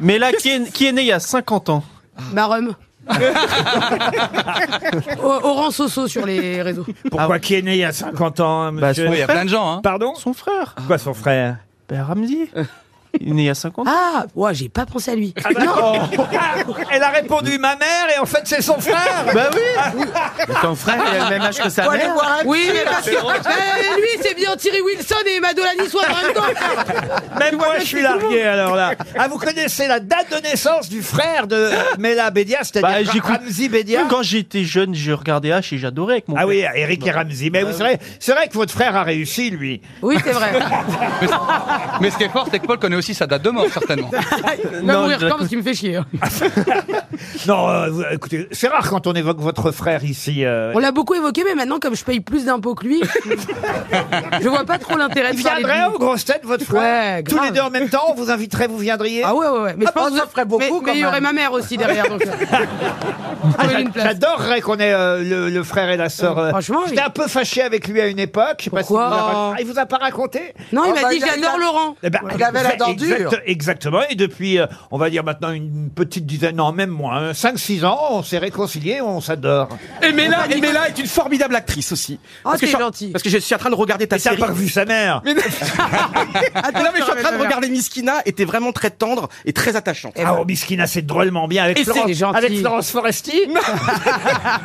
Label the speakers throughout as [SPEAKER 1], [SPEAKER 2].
[SPEAKER 1] Mais là, qui est, qui est né il y a 50 ans
[SPEAKER 2] Marum. Orange sur les réseaux.
[SPEAKER 3] Pourquoi qui est né il y a 50 ans hein,
[SPEAKER 1] Bah,
[SPEAKER 3] monsieur
[SPEAKER 1] son
[SPEAKER 4] Oui, il y a plein de gens, hein.
[SPEAKER 3] Pardon
[SPEAKER 1] Son frère,
[SPEAKER 3] Quoi, son frère
[SPEAKER 1] Ben Ramzi. Il est né il y a 50 ans.
[SPEAKER 2] Ah, ouais, j'ai pas pensé à lui.
[SPEAKER 3] Elle a répondu ma mère et en fait c'est son frère
[SPEAKER 1] Bah oui Son frère, il a le même âge que sa mère.
[SPEAKER 2] Oui, mais parce que Euh, lui, c'est bien Thierry Wilson et Madolani soit en même temps.
[SPEAKER 3] Même moi je suis largué alors là Ah vous connaissez la date de naissance du frère de Mela Bédia,
[SPEAKER 1] Bah,
[SPEAKER 3] c'est-à-dire
[SPEAKER 1] j'écoute-
[SPEAKER 3] Ramzi Bédia
[SPEAKER 1] Quand j'étais jeune, je regardais H et j'adorais avec mon
[SPEAKER 3] Ah
[SPEAKER 1] père.
[SPEAKER 3] oui, Eric et Ramzi. Mais vous savez, c'est vrai que votre frère a réussi lui.
[SPEAKER 2] Oui, c'est vrai.
[SPEAKER 4] Mais ce qui est fort, c'est que Paul connaît aussi sa date de mort, certainement.
[SPEAKER 2] Va
[SPEAKER 1] Non,
[SPEAKER 2] mourir
[SPEAKER 1] je-
[SPEAKER 2] quand parce qu'il me fait chier. hein.
[SPEAKER 3] Non, euh, vous- écoutez, c'est rare quand on évoque votre frère ici. euh.
[SPEAKER 2] On l'a beaucoup évoqué, mais maintenant, comme je paye plus d'impôts que lui, je vois pas trop l'intérêt
[SPEAKER 3] Il
[SPEAKER 2] de parler de lui.
[SPEAKER 3] viendrait aux grosses têtes, votre frère
[SPEAKER 2] Ouais,
[SPEAKER 3] Tous
[SPEAKER 2] grave.
[SPEAKER 3] les deux en même temps, on vous inviterait, vous viendriez
[SPEAKER 2] Ah ouais, ouais, ouais. Mais
[SPEAKER 3] Ah
[SPEAKER 2] je pense
[SPEAKER 3] bah, ça
[SPEAKER 2] que-
[SPEAKER 3] ferait beaucoup,
[SPEAKER 2] mais,
[SPEAKER 3] quand
[SPEAKER 2] mais il y
[SPEAKER 3] même.
[SPEAKER 2] aurait ma mère aussi derrière, donc. euh.
[SPEAKER 3] Ah,
[SPEAKER 2] Trouver
[SPEAKER 3] j'a-
[SPEAKER 2] une place.
[SPEAKER 3] J'adorerais qu'on ait euh, le, le frère et la sœur. euh,
[SPEAKER 2] Franchement,
[SPEAKER 3] j'étais
[SPEAKER 2] il-
[SPEAKER 3] un peu fâché avec lui à une époque. Je sais pas si
[SPEAKER 2] Pourquoi
[SPEAKER 3] vous avez- Ah, il vous a pas raconté
[SPEAKER 2] Non, il
[SPEAKER 5] Oh,
[SPEAKER 2] m'a
[SPEAKER 5] bah,
[SPEAKER 2] dit
[SPEAKER 5] il a-
[SPEAKER 2] j'adore
[SPEAKER 5] il a-
[SPEAKER 2] Laurent.
[SPEAKER 3] Eh ben,
[SPEAKER 5] Il avait la
[SPEAKER 3] exa-
[SPEAKER 5] dordure.
[SPEAKER 3] exact- exactement. Et depuis, euh, on va dire maintenant une petite dizaine, non, même moins, 5-6 ans, on s'est réconciliés, on s'adore.
[SPEAKER 6] Et Mela, et Mela est une formidable actrice aussi. Parce que
[SPEAKER 2] Oh, t'es
[SPEAKER 6] je suis en-
[SPEAKER 2] gentil.
[SPEAKER 6] Parce que je suis en train de regarder ta
[SPEAKER 3] Et t'as
[SPEAKER 6] série.
[SPEAKER 3] pas revu sa mère
[SPEAKER 6] Mais non, Non, mais je suis en train de regarder Miskina et t'es vraiment très tendre et très attachante.
[SPEAKER 3] Ah, oh, Miskina, c'est drôlement bien avec,
[SPEAKER 6] Et c'est
[SPEAKER 3] Florence,
[SPEAKER 2] gentil.
[SPEAKER 3] avec Florence Foresti.
[SPEAKER 2] Ah.
[SPEAKER 6] Non,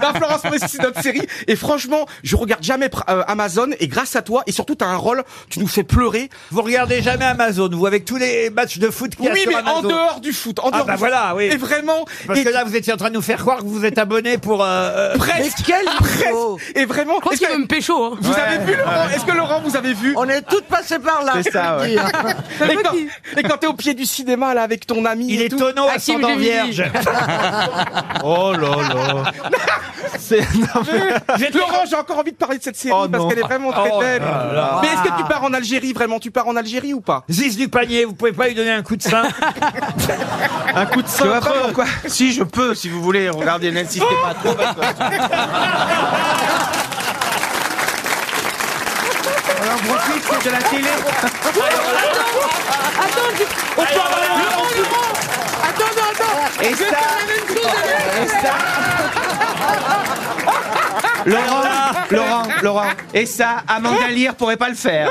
[SPEAKER 6] Bah, Florence Foresti, c'est notre série. Et franchement, je regarde jamais euh, Amazon et grâce à toi, et surtout t'as un rôle, tu nous fais pleurer.
[SPEAKER 3] Vous regardez jamais Amazon, vous, avec tous les matchs de foot qu'il y a
[SPEAKER 6] Oui,
[SPEAKER 3] sur
[SPEAKER 6] mais en
[SPEAKER 3] Amazon.
[SPEAKER 6] dehors du foot, en
[SPEAKER 3] Ah
[SPEAKER 6] dehors
[SPEAKER 3] bah
[SPEAKER 6] du
[SPEAKER 3] voilà, oui.
[SPEAKER 6] foot. Et vraiment,
[SPEAKER 3] Parce
[SPEAKER 6] et
[SPEAKER 3] que là, vous étiez en train de nous faire croire que vous êtes abonné pour... euh, euh,
[SPEAKER 5] Mais
[SPEAKER 6] presque,
[SPEAKER 5] quel niveau
[SPEAKER 6] et vraiment,
[SPEAKER 2] Je pense
[SPEAKER 6] est-ce
[SPEAKER 2] qu'il
[SPEAKER 6] que-
[SPEAKER 2] veut me pécho. Hein.
[SPEAKER 6] vous avez vu Laurent Est-ce que Laurent, vous avez vu
[SPEAKER 5] On est toutes passées par là.
[SPEAKER 1] C'est ça,
[SPEAKER 5] je peux te dire.
[SPEAKER 6] Et quand, et quand t'es au pied du cinéma là avec ton ami,
[SPEAKER 3] Il
[SPEAKER 6] et
[SPEAKER 3] est
[SPEAKER 6] tout,
[SPEAKER 3] tonneau à
[SPEAKER 2] Hakim Gemini.
[SPEAKER 3] vierge.
[SPEAKER 1] Oh là là C'est... non, mais-
[SPEAKER 6] Laurent, j'ai encore envie de parler de cette série
[SPEAKER 1] Oh
[SPEAKER 6] parce
[SPEAKER 1] non.
[SPEAKER 6] qu'elle est vraiment très
[SPEAKER 3] Oh
[SPEAKER 6] belle.
[SPEAKER 3] là là.
[SPEAKER 6] Mais est-ce que tu pars en Algérie vraiment Tu pars en Algérie ou pas
[SPEAKER 3] Ziz du panier, vous pouvez pas lui donner un coup de sein
[SPEAKER 1] Un coup de cintre
[SPEAKER 6] Si je peux, si vous voulez, regardez, n'insistez pas trop.
[SPEAKER 3] de la télé.
[SPEAKER 2] Attends, tu- attends, attends, attends.
[SPEAKER 1] Et
[SPEAKER 2] je vais
[SPEAKER 1] ça-
[SPEAKER 2] faire la même chose avec-
[SPEAKER 6] Laurent, Laurent, Laurent. Et ça, Amanda Lear pourrait pas le faire.